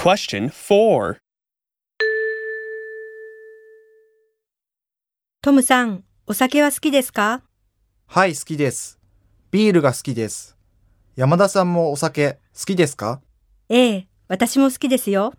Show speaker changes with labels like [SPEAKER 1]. [SPEAKER 1] Question 4.
[SPEAKER 2] トムさん、お酒は好きですか
[SPEAKER 3] はい、好きです。ビールが好きです。山田さんもお酒好きですか
[SPEAKER 2] ええ、私も好きですよ。